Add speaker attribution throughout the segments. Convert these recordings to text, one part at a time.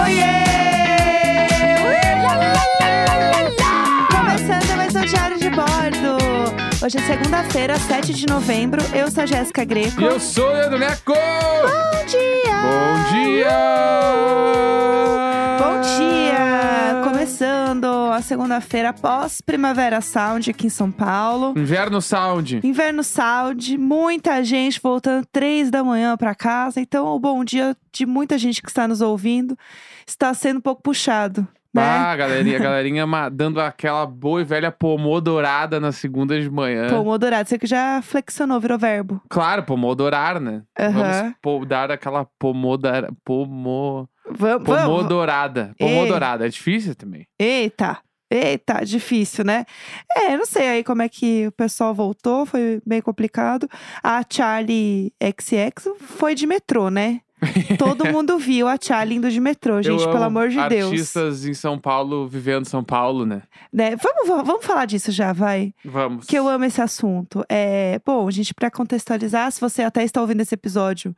Speaker 1: um Hoje é segunda-feira, 7 de novembro. Eu sou a Jéssica Greco.
Speaker 2: E eu sou o Edu Neco!
Speaker 1: Bom dia!
Speaker 2: Bom dia!
Speaker 1: Bom dia! Começando a segunda-feira após Primavera Sound aqui em São Paulo.
Speaker 2: Inverno Sound.
Speaker 1: Inverno Sound, muita gente voltando três da manhã pra casa. Então, o bom dia de muita gente que está nos ouvindo está sendo um pouco puxado, né?
Speaker 2: Ah, galerinha, galerinha ma- dando aquela boa e velha pomodorada na segunda de manhã.
Speaker 1: Pomodorado, você que já flexionou, virou verbo.
Speaker 2: Claro, pomodorar, né?
Speaker 1: Aham.
Speaker 2: Vamos po- dar aquela pomodar, pomo,
Speaker 1: Vamos, vamos.
Speaker 2: pomodorada.
Speaker 1: Ei.
Speaker 2: Pomodorada. É difícil também.
Speaker 1: Eita, eita, difícil, né? É, eu não sei aí como é que o pessoal voltou, foi bem complicado. A Charlie XX foi de metrô, né? Todo mundo viu a Charlie indo de metrô, gente,
Speaker 2: Eu
Speaker 1: pelo
Speaker 2: amo
Speaker 1: amor de Deus.
Speaker 2: Artistas em São Paulo, vivendo São Paulo, né?
Speaker 1: Né? Vamos, va- vamos falar disso já, vai.
Speaker 2: Vamos.
Speaker 1: Que eu amo esse assunto. É, bom, gente, para contextualizar, se você até está ouvindo esse episódio,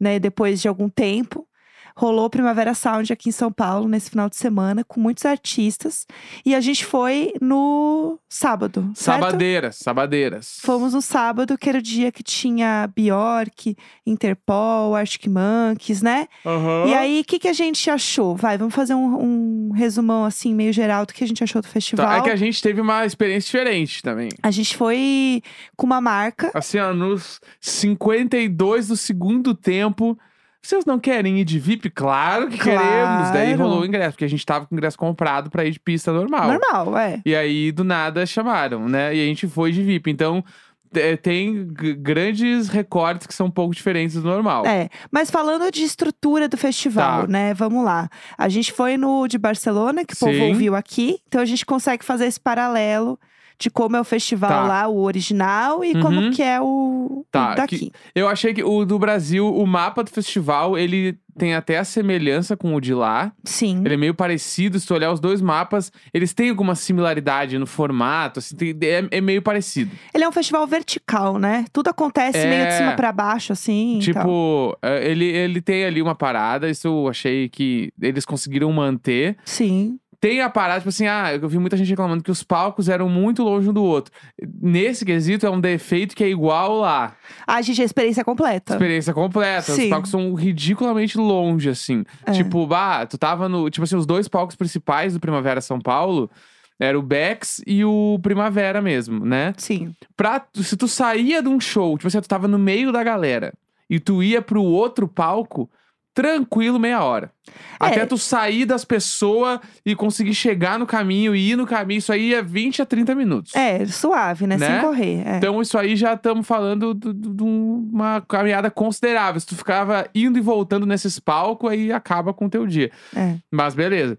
Speaker 1: né, depois de algum tempo, rolou Primavera Sound aqui em São Paulo nesse final de semana com muitos artistas e a gente foi no sábado, certo?
Speaker 2: Sabadeiras, sabadeiras.
Speaker 1: Fomos no sábado, que era o dia que tinha Bjork, Interpol, Arctic Monkeys, né?
Speaker 2: Aham.
Speaker 1: E aí, o que, que a gente achou? Vai, vamos fazer um, um resumão, assim, meio geral do que a gente achou do festival.
Speaker 2: Tá, é que a gente teve uma experiência diferente também.
Speaker 1: A gente foi com uma marca
Speaker 2: Assim, ó, nos 52 do segundo tempo. Vocês não querem ir de VIP? Claro que
Speaker 1: Claro.
Speaker 2: queremos. Daí rolou o ingresso, porque a gente tava com o ingresso comprado pra ir de pista normal.
Speaker 1: normal, é.
Speaker 2: E aí, do nada, chamaram, né? E a gente foi de VIP. Então, é, tem g- grandes recortes que são um pouco diferentes do normal.
Speaker 1: É, mas falando de estrutura do festival,
Speaker 2: Tá.
Speaker 1: né? Vamos lá. A gente foi no de Barcelona, que o povo
Speaker 2: Sim.
Speaker 1: ouviu aqui. Então a gente consegue fazer esse paralelo de como é o festival
Speaker 2: Tá.
Speaker 1: lá, o original, e como
Speaker 2: Uhum.
Speaker 1: que é o, o
Speaker 2: Tá,
Speaker 1: daqui.
Speaker 2: Eu achei que o do Brasil, o mapa do festival, ele tem até a semelhança com o de lá.
Speaker 1: Sim.
Speaker 2: Ele é meio parecido, se tu olhar os dois mapas, eles têm alguma similaridade no formato, assim, tem- é, é meio parecido.
Speaker 1: Ele é um festival vertical, né? Tudo acontece meio de
Speaker 2: É.
Speaker 1: cima pra baixo, assim. e tal.
Speaker 2: tipo, é, ele, ele tem ali uma parada, isso eu achei que eles conseguiram manter.
Speaker 1: Sim.
Speaker 2: Tem a parada, tipo assim, ah, eu vi muita gente reclamando que os palcos eram muito longe um do outro. Nesse quesito, é um defeito que é igual lá.
Speaker 1: Ah, gente, a experiência é completa.
Speaker 2: Experiência completa.
Speaker 1: Sim.
Speaker 2: Os palcos são ridiculamente longe, assim.
Speaker 1: É.
Speaker 2: Tipo, bah, tu tava no. Tipo assim, os dois palcos principais do Primavera São Paulo era o Bex e o Primavera mesmo, né?
Speaker 1: Sim.
Speaker 2: Pra, tu- se tu saía de um show, tipo assim, tu tava no meio da galera e tu ia pro outro palco, tranquilo meia hora.
Speaker 1: É.
Speaker 2: Até tu sair das pessoas e conseguir chegar no caminho e ir no caminho, isso aí é 20 a 30 minutos.
Speaker 1: É, suave, né?
Speaker 2: Né?
Speaker 1: Sem correr. é.
Speaker 2: Então, isso aí já estamos falando do- do- de uma caminhada considerável. Se tu ficava indo e voltando nesses palcos, aí acaba com o teu dia.
Speaker 1: É.
Speaker 2: Mas beleza.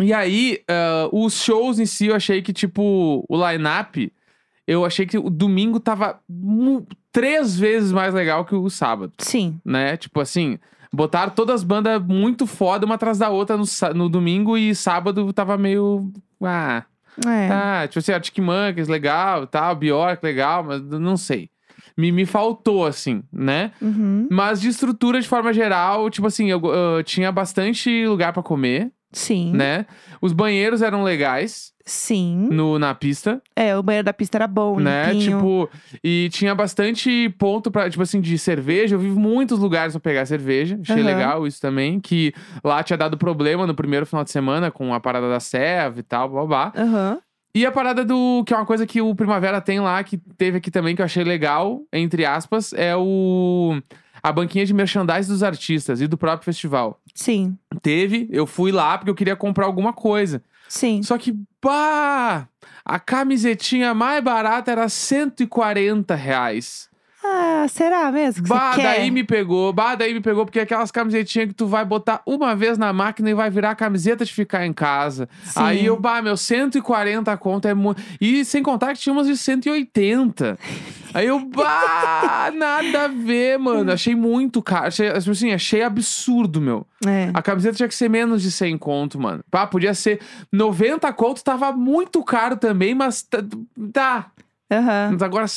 Speaker 2: E aí, ah, os shows em si, eu achei que, tipo, o line-up, eu achei que o domingo tava mu- três vezes mais legal que o sábado,
Speaker 1: Sim.
Speaker 2: né? Tipo assim, botaram todas as bandas muito foda uma atrás da outra no, sa- no domingo e sábado tava meio. Ah.
Speaker 1: É.
Speaker 2: Ah, tipo assim, Arctic Monkeys, legal, tal, Bjork, legal, mas eu não sei. Me, me faltou, assim, né?
Speaker 1: Uhum.
Speaker 2: Mas de estrutura, de forma geral, tipo assim, eu, eu tinha bastante lugar pra comer,
Speaker 1: Sim.
Speaker 2: né? Os banheiros eram legais
Speaker 1: Sim.
Speaker 2: no, na pista,
Speaker 1: É, o banheiro da pista era bom,
Speaker 2: né?
Speaker 1: limpinho.
Speaker 2: Tipo, e tinha bastante ponto pra, tipo assim, de cerveja. Eu vi muitos lugares pra pegar cerveja. Achei
Speaker 1: Aham.
Speaker 2: legal isso também. Que lá tinha dado problema no primeiro final de semana com a parada da serva e tal, blá blá.
Speaker 1: Aham.
Speaker 2: E a parada do. que é uma coisa que o Primavera tem lá, que teve aqui também, que eu achei legal, entre aspas, é o. A banquinha de merchandising dos artistas e do próprio festival.
Speaker 1: Sim,
Speaker 2: Teve, eu fui lá porque eu queria comprar alguma coisa.
Speaker 1: sim.
Speaker 2: Só que, pá! A camisetinha mais barata era 140 reais.
Speaker 1: Ah, será mesmo? que você
Speaker 2: Bah,
Speaker 1: quer?
Speaker 2: daí me pegou, bah, daí me pegou, porque é aquelas camisetinhas que tu vai botar uma vez na máquina e vai virar a camiseta de ficar em casa.
Speaker 1: Sim.
Speaker 2: Aí eu, bah, meu, 140 conto é muito. E sem contar que tinha umas de 180. Aí eu, bah, nada a ver, mano. Achei muito caro. Achei, assim, achei absurdo, meu.
Speaker 1: É.
Speaker 2: A camiseta tinha que ser menos de 100 conto, mano. Pá, podia ser 90 conto, tava muito caro também, mas tá. tá.
Speaker 1: Aham.
Speaker 2: Mas agora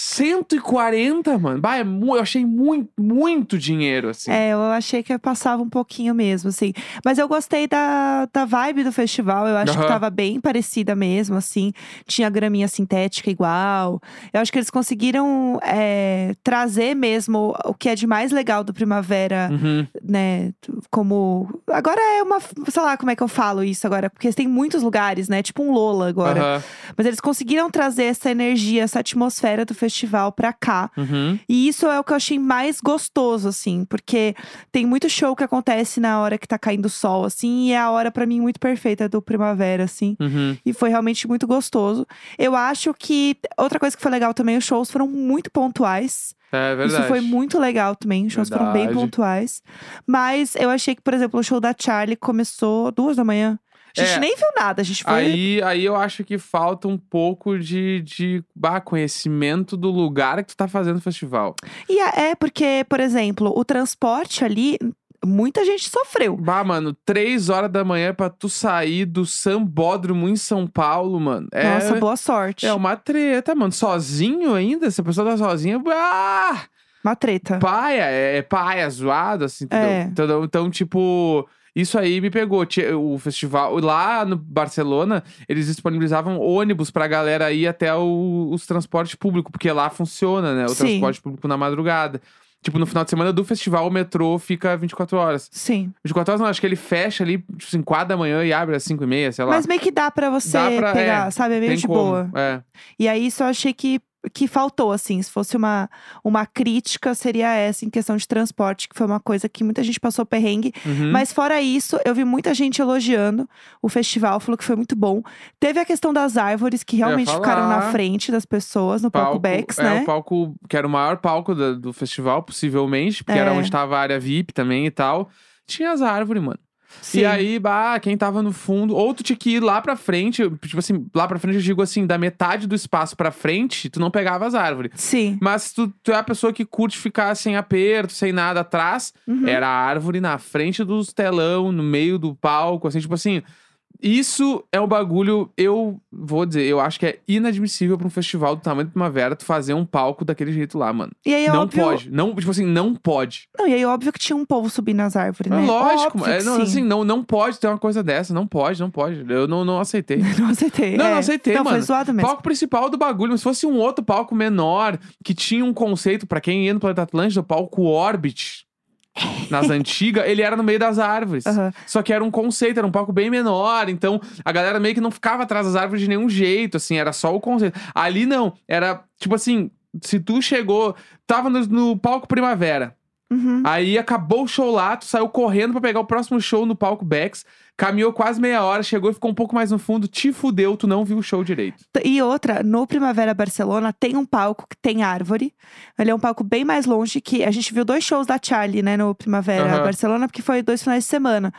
Speaker 2: 140, mano. Bah, é mu- eu achei muito, muito dinheiro, assim.
Speaker 1: É, eu achei que eu passava um pouquinho mesmo, assim. Mas eu gostei da, da vibe do festival. Eu acho que
Speaker 2: Aham.
Speaker 1: tava bem parecida mesmo, assim. Tinha graminha sintética igual. Eu acho que eles conseguiram é, trazer mesmo o que é de mais legal do Primavera,
Speaker 2: Uhum.
Speaker 1: né? Como. Agora é uma. Sei lá como é que eu falo isso agora, porque tem muitos lugares, né? Tipo um Lola agora.
Speaker 2: Aham.
Speaker 1: Mas eles conseguiram trazer essa energia, essa atmosfera do festival pra cá.
Speaker 2: Uhum.
Speaker 1: E isso é o que eu achei mais gostoso, assim, porque tem muito show que acontece na hora que tá caindo o sol, assim, e é a hora pra mim muito perfeita do primavera, assim.
Speaker 2: Uhum.
Speaker 1: E foi realmente muito gostoso. Eu acho que. Outra coisa que foi legal também, os shows foram muito pontuais.
Speaker 2: É verdade.
Speaker 1: Isso foi muito legal também. Os shows foram bem
Speaker 2: Verdade.
Speaker 1: pontuais. Mas eu achei que, por exemplo, o show da Charlie começou duas da manhã. A gente
Speaker 2: É.
Speaker 1: nem viu nada, a gente foi.
Speaker 2: Aí, aí eu acho que falta um pouco de, de bah, conhecimento do lugar que tu tá fazendo o festival.
Speaker 1: E é, é porque, por exemplo, o transporte ali, muita gente sofreu.
Speaker 2: Bah, mano, três horas da manhã pra tu sair do Sambódromo em São Paulo, mano. É,
Speaker 1: Nossa, boa sorte.
Speaker 2: é uma treta, mano. Sozinho ainda? Se a pessoa tá sozinha, bah,
Speaker 1: Uma treta.
Speaker 2: paia, é, é paia, zoado, assim, entendeu?
Speaker 1: É.
Speaker 2: Então, então, tipo, isso aí me pegou. Tinha- O festival, lá no Barcelona, eles disponibilizavam ônibus pra galera ir até o- os transportes públicos, porque lá funciona, né? O
Speaker 1: Sim.
Speaker 2: transporte público na madrugada. Tipo, no final de semana do festival, o metrô fica 24 horas.
Speaker 1: Sim.
Speaker 2: 24 horas não, acho que ele fecha ali, tipo, assim, 4 da manhã e abre às 5 e meia, sei lá.
Speaker 1: Mas meio que dá pra você
Speaker 2: Dá pra-
Speaker 1: pegar,
Speaker 2: é,
Speaker 1: sabe? É meio
Speaker 2: Tem
Speaker 1: de
Speaker 2: como.
Speaker 1: boa.
Speaker 2: É.
Speaker 1: E aí isso eu achei que, que faltou, assim. Se fosse uma, uma crítica, seria essa em questão de transporte, que foi uma coisa que muita gente passou perrengue.
Speaker 2: Uhum.
Speaker 1: Mas fora isso, eu vi muita gente elogiando o festival, falou que foi muito bom. Teve a questão das árvores, que
Speaker 2: ia
Speaker 1: realmente ficaram na
Speaker 2: falar.
Speaker 1: frente das pessoas, no palco Bex,
Speaker 2: é,
Speaker 1: né?
Speaker 2: o palco, que era o maior palco da- do festival, possivelmente, porque
Speaker 1: É.
Speaker 2: era onde tava a área VIP também e tal. Tinha as árvores, mano.
Speaker 1: Sim.
Speaker 2: E aí, bah, quem tava no fundo, ou tu tinha que ir lá pra frente, tipo assim, lá pra frente eu digo assim, da metade do espaço pra frente, tu não pegava as árvores.
Speaker 1: Sim.
Speaker 2: Mas tu, tu é a pessoa que curte ficar sem aperto, sem nada atrás,
Speaker 1: Uhum.
Speaker 2: Era a árvore na frente dos telão, no meio do palco, assim, tipo assim. Isso é um bagulho, eu vou dizer, eu acho que é inadmissível pra um festival do tamanho de Primavera tu fazer um palco daquele jeito lá, mano.
Speaker 1: E aí,
Speaker 2: não
Speaker 1: É óbvio.
Speaker 2: pode. Não, tipo assim, não pode.
Speaker 1: Não, e aí, óbvio que tinha um povo subindo nas árvores,
Speaker 2: É
Speaker 1: né?
Speaker 2: lógico,
Speaker 1: Óbvio
Speaker 2: mano. É,
Speaker 1: que
Speaker 2: não,
Speaker 1: sim.
Speaker 2: assim, não, não pode ter uma coisa dessa. Não pode, não pode. Eu não, não aceitei.
Speaker 1: Não aceitei.
Speaker 2: Não,
Speaker 1: é.
Speaker 2: não aceitei,
Speaker 1: Não, foi
Speaker 2: mano.
Speaker 1: zoado mesmo.
Speaker 2: Palco principal do bagulho, mas se fosse um outro palco menor, que tinha um conceito, pra quem ia no Planeta Atlântida, o palco Orbit. Nas antigas, ele era no meio das árvores.
Speaker 1: Aham.
Speaker 2: Só que era um conceito, era um palco bem menor, então a galera meio que não ficava atrás das árvores de nenhum jeito, assim, era só o conceito. Ali não, era tipo assim, se tu chegou, tava no, no palco Primavera,
Speaker 1: Uhum.
Speaker 2: aí acabou o show lá, tu saiu correndo pra pegar o próximo show no palco Bex, caminhou quase meia hora, chegou e ficou um pouco mais no fundo, te fudeu, tu não viu o show direito.
Speaker 1: E outra, no Primavera Barcelona tem um palco que tem árvore. Ele é um palco bem mais longe que a gente viu dois shows da Charlie, né, no Primavera
Speaker 2: Aham.
Speaker 1: Barcelona, porque foi dois finais de semana.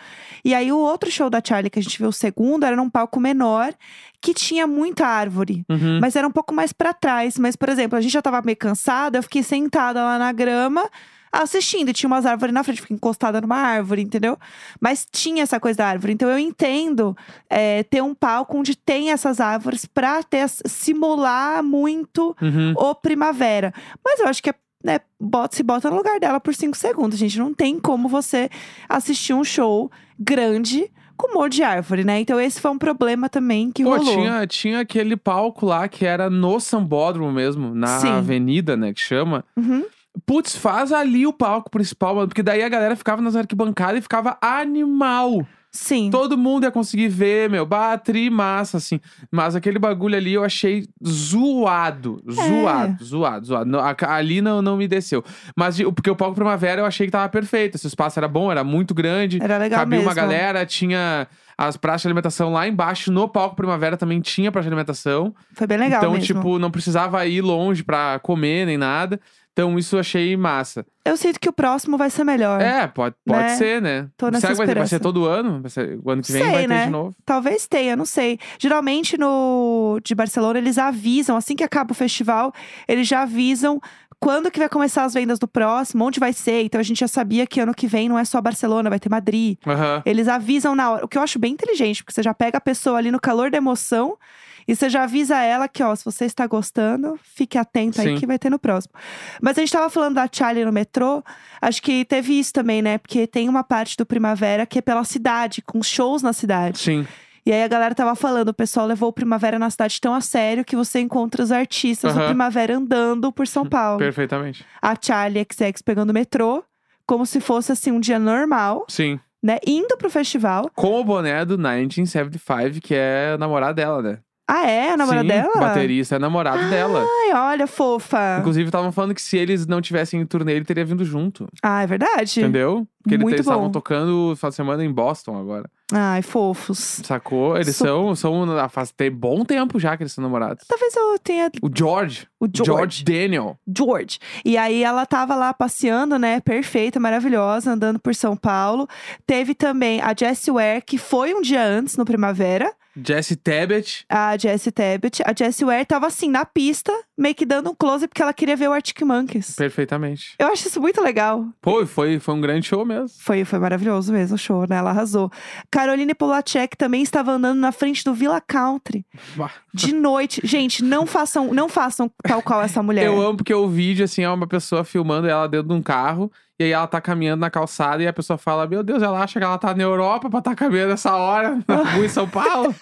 Speaker 1: E aí o outro show da Charlie que a gente viu o segundo era num palco menor que tinha muita árvore.
Speaker 2: Uhum.
Speaker 1: Mas era um pouco mais pra trás. Mas, por exemplo, a gente já tava meio cansada, eu fiquei sentada lá na grama assistindo. E tinha umas árvores na frente, fiquei encostada numa árvore, entendeu? Mas tinha essa coisa da árvore. Então eu entendo é, ter um palco onde tem essas árvores pra ter, simular muito
Speaker 2: Uhum.
Speaker 1: o primavera. Mas eu acho que é. Né, bota, se bota no lugar dela por cinco segundos, gente. Não tem como você assistir um show grande com um monte de árvore, né? Então esse foi um problema também que
Speaker 2: Pô,
Speaker 1: rolou.
Speaker 2: tinha, tinha aquele palco lá que era no Sambódromo mesmo, na
Speaker 1: Sim.
Speaker 2: avenida, né, que chama.
Speaker 1: Uhum.
Speaker 2: Putz, faz ali o palco principal, mano, porque daí a galera ficava nas arquibancadas e ficava animal.
Speaker 1: Sim.
Speaker 2: Todo mundo ia conseguir ver, meu, batri massa, assim. Mas aquele bagulho ali eu achei zoado,
Speaker 1: É.
Speaker 2: zoado, zoado, zoado. Não, a- Ali não, não me desceu. Mas de- porque o palco Primavera eu achei que tava perfeito, esse espaço era bom, era muito grande.
Speaker 1: Era É legal
Speaker 2: Cabia
Speaker 1: mesmo.
Speaker 2: uma galera, tinha as praças de alimentação lá embaixo, no palco Primavera também tinha praça de alimentação.
Speaker 1: Foi bem legal
Speaker 2: então,
Speaker 1: mesmo.
Speaker 2: tipo, não precisava ir longe pra comer nem nada. Então, isso eu achei massa.
Speaker 1: Eu sinto que o próximo vai ser melhor.
Speaker 2: É, pode, pode
Speaker 1: Né?
Speaker 2: ser, né?
Speaker 1: Tô nessa
Speaker 2: Será que vai ser, vai
Speaker 1: esperança.
Speaker 2: ser todo ano? Vai ser- o ano que vem
Speaker 1: Sei,
Speaker 2: vai
Speaker 1: né?
Speaker 2: ter de novo.
Speaker 1: Talvez tenha, não sei. Geralmente no de Barcelona eles avisam assim que acaba o festival, eles já avisam quando que vai começar as vendas do próximo, onde vai ser. Então a gente já sabia que ano que vem não é só Barcelona, vai ter Madrid.
Speaker 2: Aham.
Speaker 1: Eles avisam na hora, o que eu acho bem inteligente, porque você já pega a pessoa ali no calor da emoção E você já avisa ela que, ó, se você está gostando, fique atenta aí
Speaker 2: Sim.
Speaker 1: que vai ter no próximo. Mas a gente tava falando da Charlie no metrô. Acho que teve isso também, né? Porque tem uma parte do Primavera que é pela cidade, com shows na cidade.
Speaker 2: Sim.
Speaker 1: E aí a galera tava falando, o pessoal levou o Primavera na cidade tão a sério que você encontra os artistas do
Speaker 2: Aham. Hum,
Speaker 1: Primavera andando por São Paulo.
Speaker 2: Perfeitamente.
Speaker 1: A Charlie XX pegando o metrô, como se fosse assim um dia normal,
Speaker 2: Sim.
Speaker 1: né? Indo pro festival.
Speaker 2: Com o boné do 1975, que é a namorada dela, né?
Speaker 1: Ah, é? A namorada
Speaker 2: Sim,
Speaker 1: dela? Ah.
Speaker 2: baterista, é namorado dela.
Speaker 1: Ai, olha, fofa.
Speaker 2: Inclusive, estavam falando que se eles não tivessem em turnê, ele teria vindo junto.
Speaker 1: Ah, é verdade.
Speaker 2: Entendeu? Porque
Speaker 1: Muito
Speaker 2: eles estavam
Speaker 1: bom.
Speaker 2: tocando no final de semana em Boston agora.
Speaker 1: Ai, fofos.
Speaker 2: Sacou? Eles
Speaker 1: Su-
Speaker 2: são, são. ah, Faz tem bom tempo já que eles são namorados.
Speaker 1: Talvez eu tenha.
Speaker 2: O George.
Speaker 1: O George.
Speaker 2: George Daniel.
Speaker 1: George. E aí ela tava lá passeando, né? Perfeita, maravilhosa, andando por São Paulo. Teve também a Jessie Ware, que foi um dia antes no Primavera.
Speaker 2: Jesse Tabet.
Speaker 1: A Jessie Tabet. A Jessie Ware tava assim, na pista, meio que dando um close porque ela queria ver o Arctic Monkeys.
Speaker 2: Perfeitamente.
Speaker 1: Eu acho isso muito legal.
Speaker 2: Pô, e foi, foi um grande show mesmo.
Speaker 1: Foi, foi maravilhoso mesmo o show, né? Ela arrasou. Caroline Polacek também estava andando na frente do Villa Country.
Speaker 2: Bah.
Speaker 1: De noite. Gente, não façam, não façam tal qual essa mulher.
Speaker 2: Eu amo porque o vídeo, assim, é uma pessoa filmando ela dentro de um carro. E aí ela tá caminhando na calçada e a pessoa fala: Meu Deus, ela acha que ela tá na Europa pra tá caminhando essa hora na rua em São Paulo.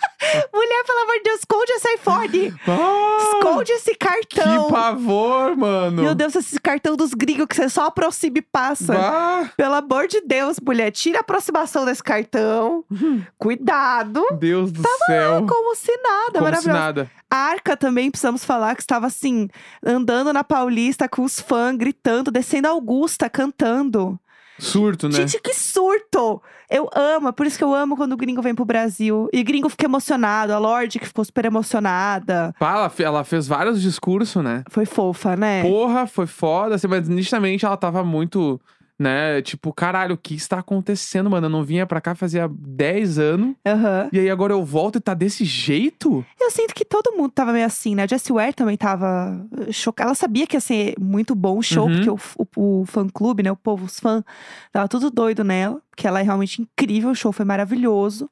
Speaker 1: Mulher, pelo amor de Deus, esconde esse iPhone!
Speaker 2: Ah,
Speaker 1: Esconde esse cartão!
Speaker 2: Que pavor, mano.
Speaker 1: Meu Deus, esse cartão dos gringos que você só aproxima e passa.
Speaker 2: Bah,
Speaker 1: Pelo amor de Deus, mulher, tira a aproximação desse cartão.
Speaker 2: Uhum.
Speaker 1: Cuidado!
Speaker 2: Deus do céu.
Speaker 1: Como se nada,
Speaker 2: É um Como se
Speaker 1: maravilhosa.
Speaker 2: nada.
Speaker 1: A Arca também, precisamos falar, que estava assim, andando na Paulista com os fãs, gritando, descendo a Augusta, cantando.
Speaker 2: Surto, né?
Speaker 1: Gente, que surto! Eu amo, é por isso que eu amo quando o gringo vem pro Brasil. E gringo fica emocionado, a Lorde que ficou super emocionada.
Speaker 2: Pá, ela, fe- ela fez vários discursos, né?
Speaker 1: Foi fofa, né?
Speaker 2: Porra, foi foda, assim, mas nitidamente ela tava muito, né? Tipo, caralho, o que está acontecendo, mano? Eu não vinha pra cá fazia 10 anos.
Speaker 1: Aham.
Speaker 2: E aí agora eu volto e tá desse jeito?
Speaker 1: Eu sinto que todo mundo tava meio assim, né? A Jessie Ware também tava eh, chocada. Ela sabia que ia ser muito bom o show,
Speaker 2: Uhum.
Speaker 1: porque o, f- o, o fã-clube, né? O povo, os fãs, tava tudo doido nela. Porque ela é realmente incrível, o show foi maravilhoso.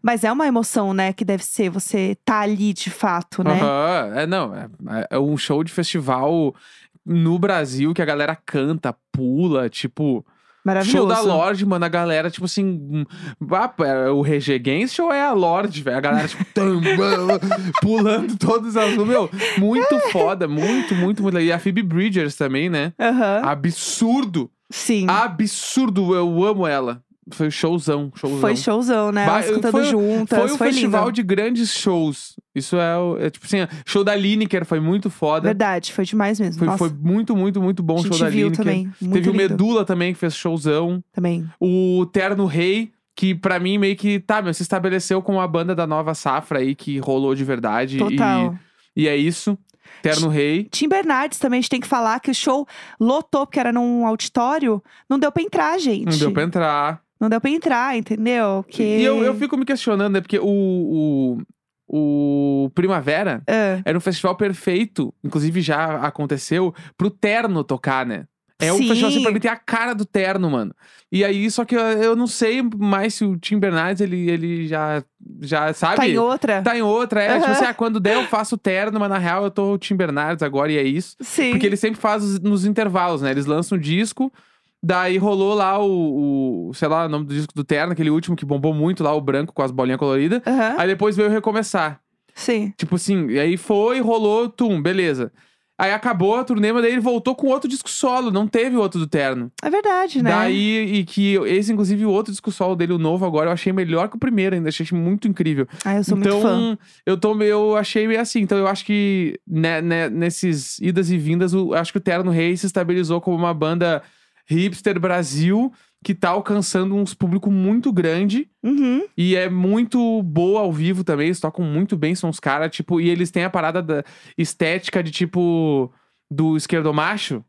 Speaker 1: Mas é uma emoção, né? Que deve ser você tá ali de fato, né?
Speaker 2: Aham, É, não, é, é um show de festival no Brasil que a galera canta, pula, tipo. Show
Speaker 1: Maravilhoso.
Speaker 2: da Lorde, mano, a galera, tipo assim. hum, ah, é o Regegense ou é a Lorde, velho? A galera, tipo, tam, bam, pulando todas as. Meu, muito foda, muito, muito, muito. E a Phoebe Bridgers também, né?
Speaker 1: Aham.
Speaker 2: Absurdo!
Speaker 1: Sim.
Speaker 2: Absurdo! Eu amo ela. Foi showzão, showzão.
Speaker 1: Foi showzão, né?
Speaker 2: Ba-
Speaker 1: Elas cantando
Speaker 2: foi-
Speaker 1: juntas.
Speaker 2: Foi um festival
Speaker 1: lindo.
Speaker 2: de grandes shows. Isso é, o- é tipo assim, show da Lineker foi muito foda.
Speaker 1: Verdade, foi demais mesmo.
Speaker 2: Foi,
Speaker 1: Nossa,
Speaker 2: foi muito, muito, muito bom
Speaker 1: a
Speaker 2: o
Speaker 1: gente
Speaker 2: show da
Speaker 1: viu
Speaker 2: Lineker.
Speaker 1: também. Muito
Speaker 2: Teve o
Speaker 1: lindo
Speaker 2: Medula também, que fez showzão.
Speaker 1: Também.
Speaker 2: O Terno Rei, que pra mim meio que, tá, meu, se estabeleceu como a banda da nova safra aí que rolou de verdade. e-
Speaker 1: Total.
Speaker 2: E, é isso. Terno Rei.
Speaker 1: Tim Bernardes também, a gente tem que falar que o show lotou, porque era num auditório. Não deu pra entrar, gente.
Speaker 2: Não deu pra entrar.
Speaker 1: Não deu pra entrar, entendeu? Que...
Speaker 2: E eu, eu fico me questionando, né? Porque o, o, o Primavera
Speaker 1: Ah,
Speaker 2: era um festival perfeito, inclusive já aconteceu, pro terno tocar, né? É um
Speaker 1: Sim.
Speaker 2: festival assim, pra mim tem a cara do terno, mano. E aí, só que eu, eu não sei mais se o Tim Bernardes, ele, ele já, já sabe.
Speaker 1: tá em outra?
Speaker 2: Tá em outra, é. Tipo
Speaker 1: Aham.
Speaker 2: assim, ah, quando der eu faço o terno, mas na real eu tô o Tim Bernardes agora e é isso.
Speaker 1: Sim.
Speaker 2: Porque ele sempre faz os- nos intervalos, né? Eles lançam o disco, daí rolou lá o, o- sei lá, o nome do disco do terno, aquele último que bombou muito lá, o branco com as bolinhas coloridas.
Speaker 1: Aham,
Speaker 2: Aí depois veio recomeçar.
Speaker 1: Sim.
Speaker 2: Tipo assim, e aí foi, rolou, tum, beleza. Aí acabou a turnê, mas daí ele voltou com outro disco solo, não teve outro do terno.
Speaker 1: É verdade, né?
Speaker 2: Daí, e que esse, inclusive, o outro disco solo dele, o novo agora, eu achei melhor que o primeiro ainda, achei muito incrível.
Speaker 1: Ah, eu sou
Speaker 2: então,
Speaker 1: muito fã.
Speaker 2: eu tô meio- eu achei meio assim. Então, eu acho que né, né, nesses idas e vindas, o- acho que o Terno Rei se estabilizou como uma banda hipster Brasil que tá alcançando uns público muito grande
Speaker 1: Uhum.
Speaker 2: e é muito boa ao vivo também. Eles tocam muito bem, são os caras, tipo, e eles têm a parada da estética de tipo do esquerdomacho,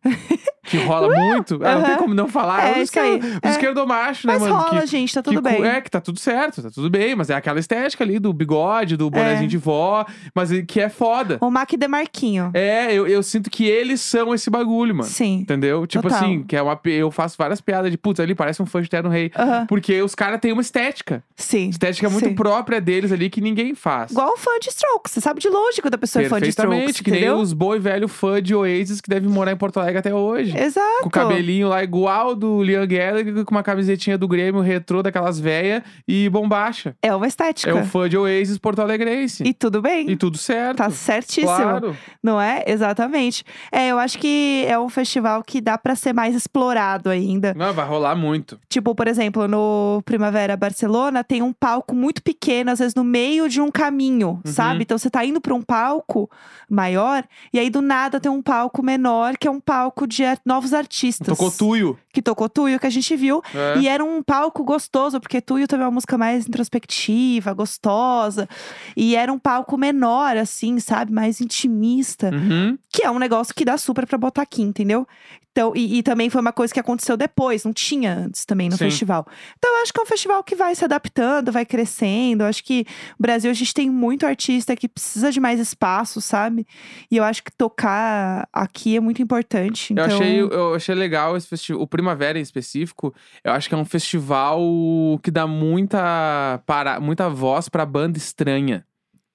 Speaker 2: que rola muito. Ah, não tem
Speaker 1: Aham.
Speaker 2: como não falar.
Speaker 1: É
Speaker 2: É,
Speaker 1: isso aí.
Speaker 2: Os
Speaker 1: É.
Speaker 2: esquerdomacho, né,
Speaker 1: Mas
Speaker 2: mano? que-
Speaker 1: rola, gente, tá tudo
Speaker 2: que cu-
Speaker 1: bem.
Speaker 2: É, que tá tudo certo, tá tudo bem, mas é aquela estética ali do bigode, do bonezinho
Speaker 1: É.
Speaker 2: de vó, mas e- que é foda.
Speaker 1: O Mac Demarquinho.
Speaker 2: É, eu, eu sinto que eles são esse bagulho, mano.
Speaker 1: Sim.
Speaker 2: Entendeu? Tipo
Speaker 1: Total.
Speaker 2: assim, que é uma, pe- eu faço várias piadas de puta ali, parece um fã de Terno Rei.
Speaker 1: Aham.
Speaker 2: Porque os caras têm uma estética.
Speaker 1: Sim.
Speaker 2: Estética muito
Speaker 1: Sim.
Speaker 2: própria deles ali que ninguém faz.
Speaker 1: Igual fã de Strokes. Você sabe de longe quando a pessoa é fã de Strokes,
Speaker 2: Perfeitamente, que nem
Speaker 1: entendeu?
Speaker 2: os boi velho fã de Oasis que deve morar em Porto Alegre até hoje.
Speaker 1: Exato.
Speaker 2: Com o cabelinho lá igual do Liam Gallagher, com uma camisetinha do Grêmio retrô daquelas véia e bombacha.
Speaker 1: É uma
Speaker 2: É
Speaker 1: estética.
Speaker 2: o fã de Oasis Porto Alegrense.
Speaker 1: E tudo bem.
Speaker 2: E tudo certo.
Speaker 1: Tá certíssimo.
Speaker 2: claro.
Speaker 1: Não é? Exatamente. É, eu acho que é um festival que dá pra ser mais explorado ainda.
Speaker 2: Não, vai rolar muito.
Speaker 1: Tipo, por exemplo, no Primavera Barcelona tem um palco muito pequeno, às vezes no meio de um caminho,
Speaker 2: Uhum.
Speaker 1: sabe? Então você tá indo pra um palco maior e aí do nada tem um palco menor, que é um palco de ar- novos artistas.
Speaker 2: Tocou tuio.
Speaker 1: Que tocou Tuyo, que a gente viu.
Speaker 2: É.
Speaker 1: Tá E era um palco gostoso, porque Tuyo também é uma música mais introspectiva, gostosa. E era um palco menor, assim, sabe? Mais intimista.
Speaker 2: Uhum.
Speaker 1: Que é um negócio que dá super pra botar aqui, entendeu? Então, e, e também foi uma coisa que aconteceu depois, não tinha antes também no
Speaker 2: Sim.
Speaker 1: festival. Então, eu acho que é um festival que vai se adaptando, vai crescendo. Eu acho que o Brasil, a gente tem muito artista que precisa de mais espaço, sabe? E eu acho que tocar aqui é muito importante. Então,
Speaker 2: Eu, achei, eu achei legal esse festival. O Primavera em específico, eu acho que é um festival que dá muita, para, muita voz pra banda estranha.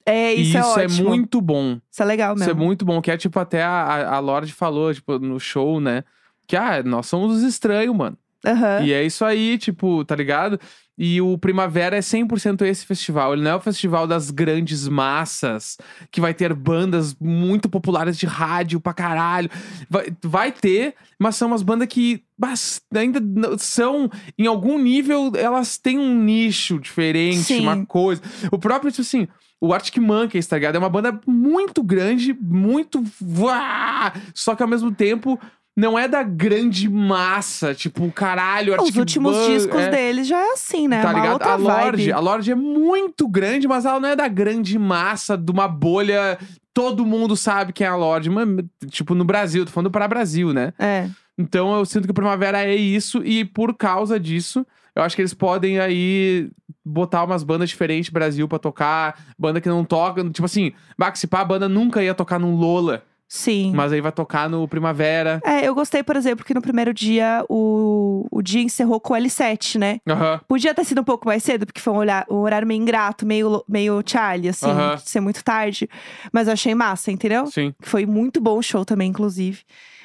Speaker 1: é, isso,
Speaker 2: e isso é,
Speaker 1: ótimo.
Speaker 2: muito bom.
Speaker 1: Isso é legal
Speaker 2: Isso
Speaker 1: mesmo.
Speaker 2: é muito bom. Que é tipo, até a, a- a Lorde falou, tipo, no show, né? Que, ah, nós somos os estranhos, mano.
Speaker 1: Aham.
Speaker 2: E é isso aí, tipo, tá ligado? E o Primavera é 100% esse festival. Ele não é o festival das grandes massas, que vai ter bandas muito populares de rádio pra caralho. Vai, vai ter, mas são umas bandas que mas, ainda não- são, em algum nível, elas têm um nicho diferente,
Speaker 1: Sim.
Speaker 2: uma coisa. O próprio, tipo assim, o Arctic Monkeys, tá ligado? É uma banda muito grande, muito. vá, Só que ao mesmo tempo. Não é da grande massa, tipo, caralho, Arctic
Speaker 1: Os últimos
Speaker 2: Mon-
Speaker 1: discos
Speaker 2: é,
Speaker 1: deles já é assim, né?
Speaker 2: Tá
Speaker 1: Uma
Speaker 2: ligado?
Speaker 1: outra
Speaker 2: A Lorde,
Speaker 1: vibe.
Speaker 2: a Lorde é muito grande, mas ela não é da grande massa, de uma bolha. Todo mundo sabe quem é a Lorde. Mano, tipo, no Brasil, tô falando para Brasil, né?
Speaker 1: É.
Speaker 2: Então eu sinto que o Primavera é isso, e por causa disso, eu acho que eles podem aí botar umas bandas diferentes do Brasil pra tocar, banda que não toca, tipo assim, Maxipá, a banda nunca ia tocar num Lola,
Speaker 1: Sim.
Speaker 2: mas aí vai tocar no Primavera.
Speaker 1: É, eu gostei, por exemplo, que no primeiro dia o, o dia encerrou com o L7, né?
Speaker 2: Aham.
Speaker 1: Podia ter sido um pouco mais cedo, porque foi um, olhar, um horário meio ingrato, meio, lo- meio Charlie, assim,
Speaker 2: Aham.
Speaker 1: de ser muito tarde. Mas eu achei massa, entendeu?
Speaker 2: Sim.
Speaker 1: Que Foi muito bom o show também, inclusive.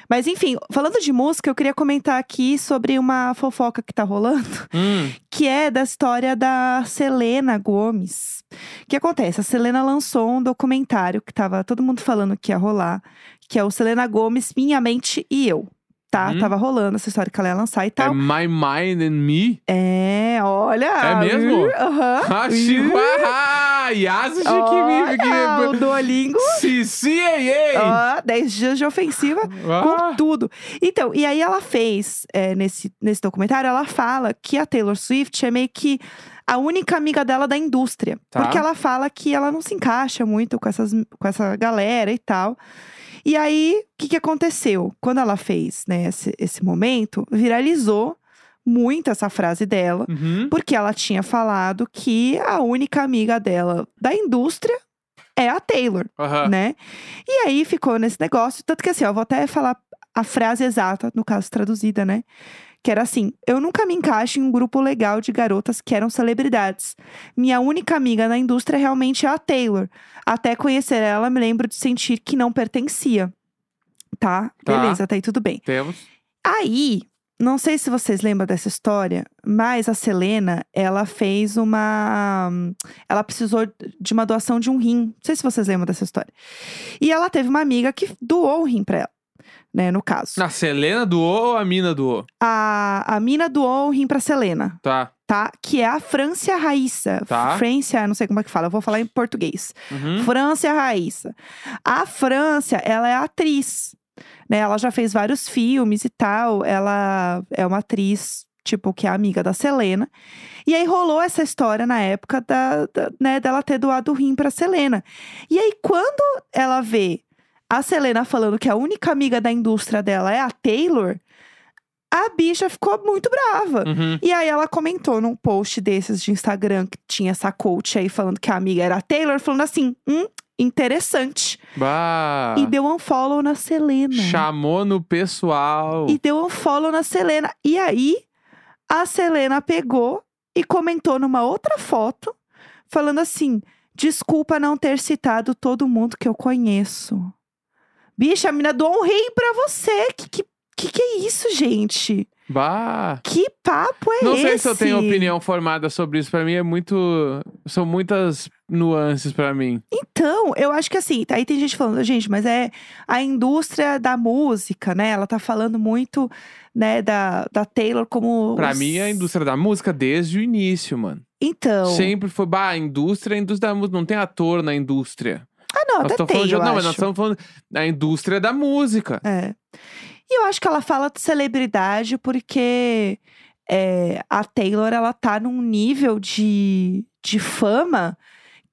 Speaker 1: Mas enfim, falando de música, eu queria comentar aqui sobre uma fofoca que tá rolando,
Speaker 2: Hum,
Speaker 1: que é da história da Selena Gomes. O que acontece? A Selena lançou um documentário que tava todo mundo falando que ia rolar, que é o Selena Gomes, Minha Mente e Eu. Tá?
Speaker 2: Uhum.
Speaker 1: Tava rolando essa história que ela ia lançar e
Speaker 2: é
Speaker 1: tal.
Speaker 2: My Mind and Me?
Speaker 1: É, olha.
Speaker 2: É mesmo? Ah,
Speaker 1: uh, Aham.
Speaker 2: Acho Yasu Shikimi,
Speaker 1: Olha, o
Speaker 2: porque.
Speaker 1: Duolingo.
Speaker 2: Sissi, ei, ei!
Speaker 1: Ó, 10 dias de ofensiva
Speaker 2: Ah,
Speaker 1: com tudo. Então, e aí ela fez, é, nesse, nesse documentário, ela fala que a Taylor Swift é meio que a única amiga dela da indústria.
Speaker 2: Tá.
Speaker 1: Porque ela fala que ela não se encaixa muito com, essas, com essa galera e tal. E aí, o que, que aconteceu? Quando ela fez né, esse, esse momento, viralizou muito essa frase dela.
Speaker 2: uhum.
Speaker 1: Porque ela tinha falado que a única amiga dela da indústria é a Taylor,
Speaker 2: Aham.
Speaker 1: né? E aí ficou nesse negócio. Tanto que assim, ó, vou até falar a frase exata, no caso traduzida, né? Que era assim: Eu nunca me encaixo em um grupo legal de garotas que eram celebridades. Minha única amiga na indústria realmente é a Taylor. Até conhecer ela, me lembro de sentir que não pertencia. Tá?
Speaker 2: Tá.
Speaker 1: Beleza, até aí tudo bem.
Speaker 2: Temos.
Speaker 1: Aí, não sei se vocês lembram dessa história, mas a Selena, ela fez uma. Ela precisou de uma doação de um rim. Não sei se vocês lembram dessa história. E ela teve uma amiga que doou o rim pra ela, né? No caso.
Speaker 2: A Selena doou ou a mina doou?
Speaker 1: A, a mina doou o rim pra Selena,
Speaker 2: Tá.
Speaker 1: tá? Que é a Francia Raíssa.
Speaker 2: Tá.
Speaker 1: Francia, não sei como é que fala, eu vou falar em português.
Speaker 2: Uhum.
Speaker 1: França é Raíssa. A França, ela é atriz. Né? Ela já fez vários filmes e tal. Ela é uma atriz, tipo, que é amiga da Selena. E aí rolou essa história na época da, da- né, dela ter doado o rim pra Selena. E aí, quando ela vê a Selena falando que a única amiga da indústria dela é a Taylor, a bicha ficou muito brava.
Speaker 2: Uhum.
Speaker 1: E aí ela comentou num post desses de Instagram que tinha essa coach aí falando que a amiga era a Taylor, falando assim, hum, interessante.
Speaker 2: Bah.
Speaker 1: E deu um follow na Selena.
Speaker 2: Chamou no pessoal.
Speaker 1: E deu um follow na Selena. E aí, a Selena pegou e comentou numa outra foto, falando assim: desculpa não ter citado todo mundo que eu conheço. Bicha, a mina doou um rei pra você. Que, que, que que é isso, gente?
Speaker 2: Bah.
Speaker 1: Que papo é
Speaker 2: Não
Speaker 1: esse?
Speaker 2: sei se eu tenho opinião formada sobre isso. Pra mim é muito. São muitas nuances pra mim.
Speaker 1: Então, eu acho que assim, tá, aí tem gente falando, gente, mas é a indústria da música, né? Ela tá falando muito, né, da, da Taylor como.
Speaker 2: Pra
Speaker 1: os-
Speaker 2: mim, é a indústria da música desde o início, mano.
Speaker 1: Então.
Speaker 2: Sempre foi, bah, a indústria, é a indústria da música. Não tem ator na indústria.
Speaker 1: Ah, não,
Speaker 2: nós
Speaker 1: até
Speaker 2: estamos
Speaker 1: tem,
Speaker 2: falando de.
Speaker 1: eu
Speaker 2: Não, mas
Speaker 1: acho.
Speaker 2: nós estamos falando da indústria da música.
Speaker 1: É. E eu acho que ela fala de celebridade porque é, a Taylor, ela tá num nível de, de fama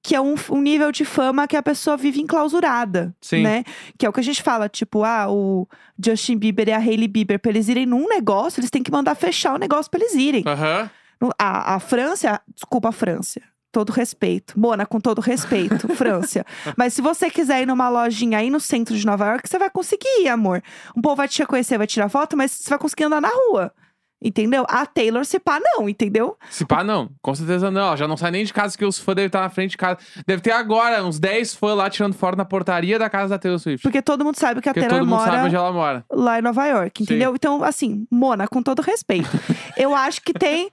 Speaker 1: que é um, um nível de fama que a pessoa vive enclausurada,
Speaker 2: Sim.
Speaker 1: né? Que é o que a gente fala, tipo, ah, o Justin Bieber e a Hailey Bieber, pra eles irem num negócio, eles têm que mandar fechar o negócio pra eles irem.
Speaker 2: Aham.
Speaker 1: No- A, a França, desculpa a França, todo respeito. Mona, com todo respeito, França. Mas se você quiser ir numa lojinha aí no centro de Nova York, você vai conseguir ir, amor. Um povo vai te reconhecer, vai tirar foto, mas você vai conseguir andar na rua. Entendeu? A Taylor se pá, não, entendeu?
Speaker 2: Se pá, não. Com certeza não. Ela Já não sai nem de casa que os fãs devem estar na frente de casa. Deve ter agora uns 10 fãs lá tirando fora na portaria da casa da Taylor Swift.
Speaker 1: Porque todo mundo sabe que a
Speaker 2: Porque
Speaker 1: Taylor
Speaker 2: todo mundo
Speaker 1: mora
Speaker 2: sabe onde ela mora.
Speaker 1: lá em Nova York, entendeu? Então, assim, Mona, com todo respeito, eu acho que tem,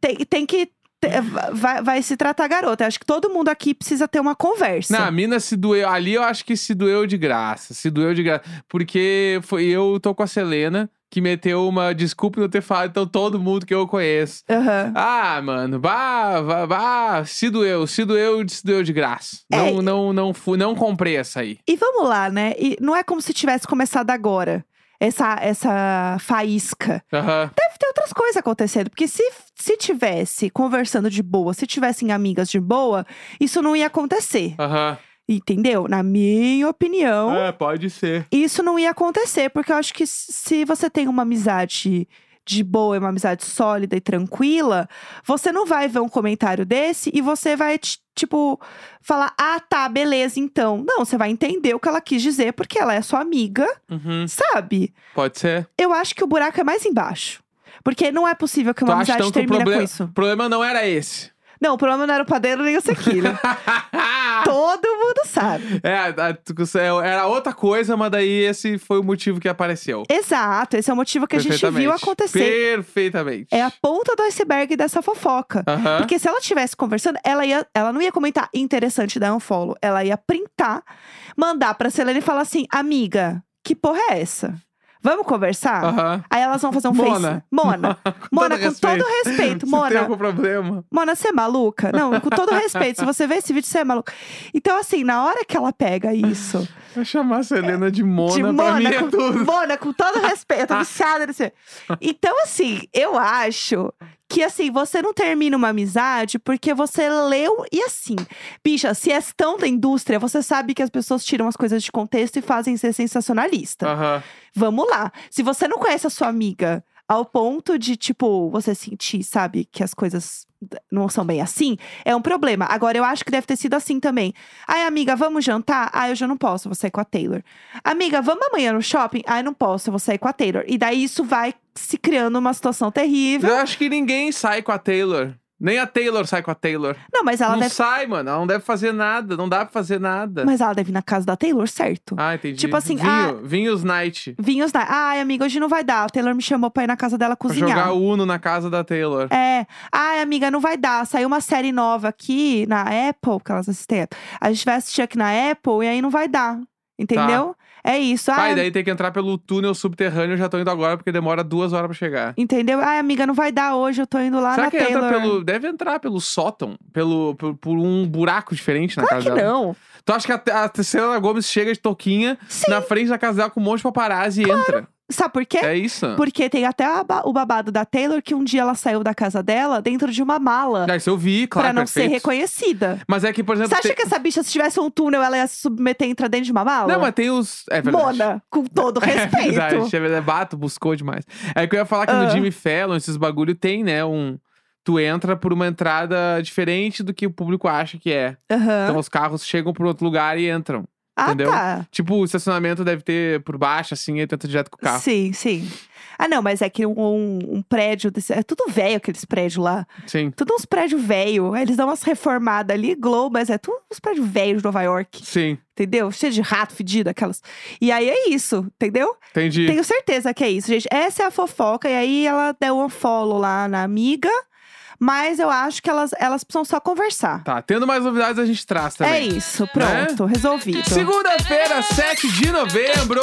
Speaker 1: tem, tem que. te- Vai, vai se tratar a garota. Eu acho que todo mundo aqui precisa ter uma conversa.
Speaker 2: Não, a mina se doeu. Ali eu acho que se doeu de graça. Se doeu de graça. Porque foi, eu tô com a Selena, que meteu uma desculpa não ter falado, então todo mundo que eu conheço.
Speaker 1: Aham.
Speaker 2: Ah, mano, bah, bah, bah, se doeu, se doeu, se doeu de graça.
Speaker 1: É,
Speaker 2: Não, não, não, fui, não comprei essa aí.
Speaker 1: E vamos lá, né? E não é como se tivesse começado agora essa, essa faísca.
Speaker 2: Aham.
Speaker 1: Deve ter outras coisas acontecendo, porque se, se tivesse conversando de boa, se tivessem amigas de boa, isso não ia acontecer,
Speaker 2: Aham.
Speaker 1: entendeu? Na minha opinião,
Speaker 2: É, pode ser.
Speaker 1: isso não ia acontecer, porque eu acho que se você tem uma amizade de boa, uma amizade sólida e tranquila, você não vai ver um comentário desse e você vai, ti- tipo, falar: ah, tá, beleza, então. Não, você vai entender o que ela quis dizer, porque ela é sua amiga,
Speaker 2: Uhum.
Speaker 1: sabe?
Speaker 2: Pode ser.
Speaker 1: Eu acho que o buraco é mais embaixo. Porque não é possível que uma
Speaker 2: tu acha
Speaker 1: amizade
Speaker 2: então que o
Speaker 1: termine
Speaker 2: problema,
Speaker 1: com isso.
Speaker 2: o problema não era esse?
Speaker 1: Não, o problema não era o padeiro nem o sequilho. Todo mundo sabe.
Speaker 2: é, a- tu- é, era outra coisa, mas daí esse foi o motivo que apareceu.
Speaker 1: Exato, esse é o motivo que a gente viu
Speaker 2: Perfeitamente.
Speaker 1: acontecer.
Speaker 2: Perfeitamente.
Speaker 1: É a ponta do iceberg dessa fofoca.
Speaker 2: Aham.
Speaker 1: Porque se ela estivesse conversando, ela, ia, ela não ia comentar interessante dar um follow. Ela ia printar, mandar pra Selena e falar assim: amiga, que porra é essa? Vamos conversar?
Speaker 2: Aham.
Speaker 1: Aí elas vão fazer um face.
Speaker 2: Mona.
Speaker 1: Mona. Mona, com todo
Speaker 2: respeito.
Speaker 1: respeito,
Speaker 2: Se tem
Speaker 1: Mona.
Speaker 2: algum problema.
Speaker 1: Mona, você é maluca? Não, com todo respeito. Se você vê esse vídeo, você é maluca. Então, assim, na hora que ela pega isso.
Speaker 2: Vai é chamar a Selena de Mona,
Speaker 1: É, de
Speaker 2: pra
Speaker 1: Mona,
Speaker 2: mim é
Speaker 1: com,
Speaker 2: tudo.
Speaker 1: Mona, com todo respeito. Eu tô viciada nesse. Então, assim, eu acho que, assim, você não termina uma amizade porque você leu. E assim, bicha, se és tão da indústria, você sabe que as pessoas tiram as coisas de contexto e fazem ser sensacionalista.
Speaker 2: Aham.
Speaker 1: Vamos lá. Se você não conhece a sua amiga ao ponto de, tipo, você sentir, sabe, que as coisas d- não são bem assim, é um problema. Agora, eu acho que deve ter sido assim também. Ai, amiga, vamos jantar? Ah, eu já não posso, eu vou sair com a Taylor. Amiga, vamos amanhã no shopping? Ah, eu não posso, eu vou sair com a Taylor. E daí isso vai se criando uma situação terrível.
Speaker 2: Eu acho que ninguém sai com a Taylor. Nem a Taylor sai com a Taylor.
Speaker 1: Não, mas ela
Speaker 2: não
Speaker 1: deve.
Speaker 2: sai, mano. Ela não deve fazer nada. Não dá pra fazer nada.
Speaker 1: Mas ela deve ir na casa da Taylor, certo?
Speaker 2: Ah, entendi.
Speaker 1: Tipo assim,
Speaker 2: Vinho,
Speaker 1: ah-
Speaker 2: Vinhos Night.
Speaker 1: Vinhos da. Ai, amiga, hoje não vai dar. A Taylor me chamou pra ir na casa dela
Speaker 2: Pra
Speaker 1: cozinhar.
Speaker 2: jogar Uno na casa da Taylor.
Speaker 1: É. Ai, amiga, não vai dar. Saiu uma série nova aqui na Apple, que elas assistem. Apple. A gente vai assistir aqui na Apple e aí não vai dar. Entendeu? É isso.
Speaker 2: Ah,
Speaker 1: Ai,
Speaker 2: e daí tem que entrar pelo túnel subterrâneo. Eu já tô indo agora, porque demora duas horas pra chegar.
Speaker 1: Entendeu? Ai, amiga, não vai dar hoje. Eu tô indo lá
Speaker 2: Será
Speaker 1: Ah, na
Speaker 2: que
Speaker 1: Taylor.
Speaker 2: entra pelo. Deve entrar pelo sótão? Pelo, por, por um buraco diferente na
Speaker 1: Claro
Speaker 2: casa
Speaker 1: que
Speaker 2: dela?
Speaker 1: não.
Speaker 2: Tu acha que a, a Selena Gomes chega de toquinha
Speaker 1: Sim.
Speaker 2: na frente da casa dela com um monte de paparazzi e entra?
Speaker 1: Sabe por quê?
Speaker 2: É isso.
Speaker 1: Porque tem até a ba- o babado da Taylor que um dia ela saiu da casa dela dentro de uma mala
Speaker 2: Ah, isso eu vi, claro,
Speaker 1: pra não
Speaker 2: perfeito.
Speaker 1: ser reconhecida.
Speaker 2: Mas é que, por exemplo.
Speaker 1: Você acha
Speaker 2: tem-
Speaker 1: que essa bicha, se tivesse um túnel, ela ia se submeter e entrar dentro de uma mala?
Speaker 2: Não, mas tem os. É verdade.
Speaker 1: Mona, com todo
Speaker 2: É verdade,
Speaker 1: respeito.
Speaker 2: é verdade. Bato, buscou demais. É que eu ia falar que no
Speaker 1: Ah.
Speaker 2: Jimmy Fallon, esses bagulho tem, né? Um. Tu entra por uma entrada diferente do que o público acha que é.
Speaker 1: Aham.
Speaker 2: Então os carros chegam por outro lugar e entram.
Speaker 1: ah,
Speaker 2: entendeu?
Speaker 1: tá.
Speaker 2: Tipo, o estacionamento deve ter por baixo, assim, e tu entra direto com o carro.
Speaker 1: Sim, sim. Ah, não, mas é que um, um prédio desse. É tudo velho aqueles prédios lá.
Speaker 2: Sim.
Speaker 1: Tudo uns prédios velho. Aí Eles dão umas reformadas ali, glow, mas é tudo uns prédios velhos de Nova York.
Speaker 2: Sim,
Speaker 1: Entendeu? Cheio de rato fedido, aquelas. E aí é isso, entendeu?
Speaker 2: entendi.
Speaker 1: Tenho certeza que é isso, gente. Essa é a fofoca. E aí ela deu um follow lá na amiga. Mas eu acho que elas, elas precisam só conversar.
Speaker 2: Tá, tendo mais novidades a gente traz também.
Speaker 1: É isso, pronto, resolvido.
Speaker 2: Segunda-feira, 7 de novembro!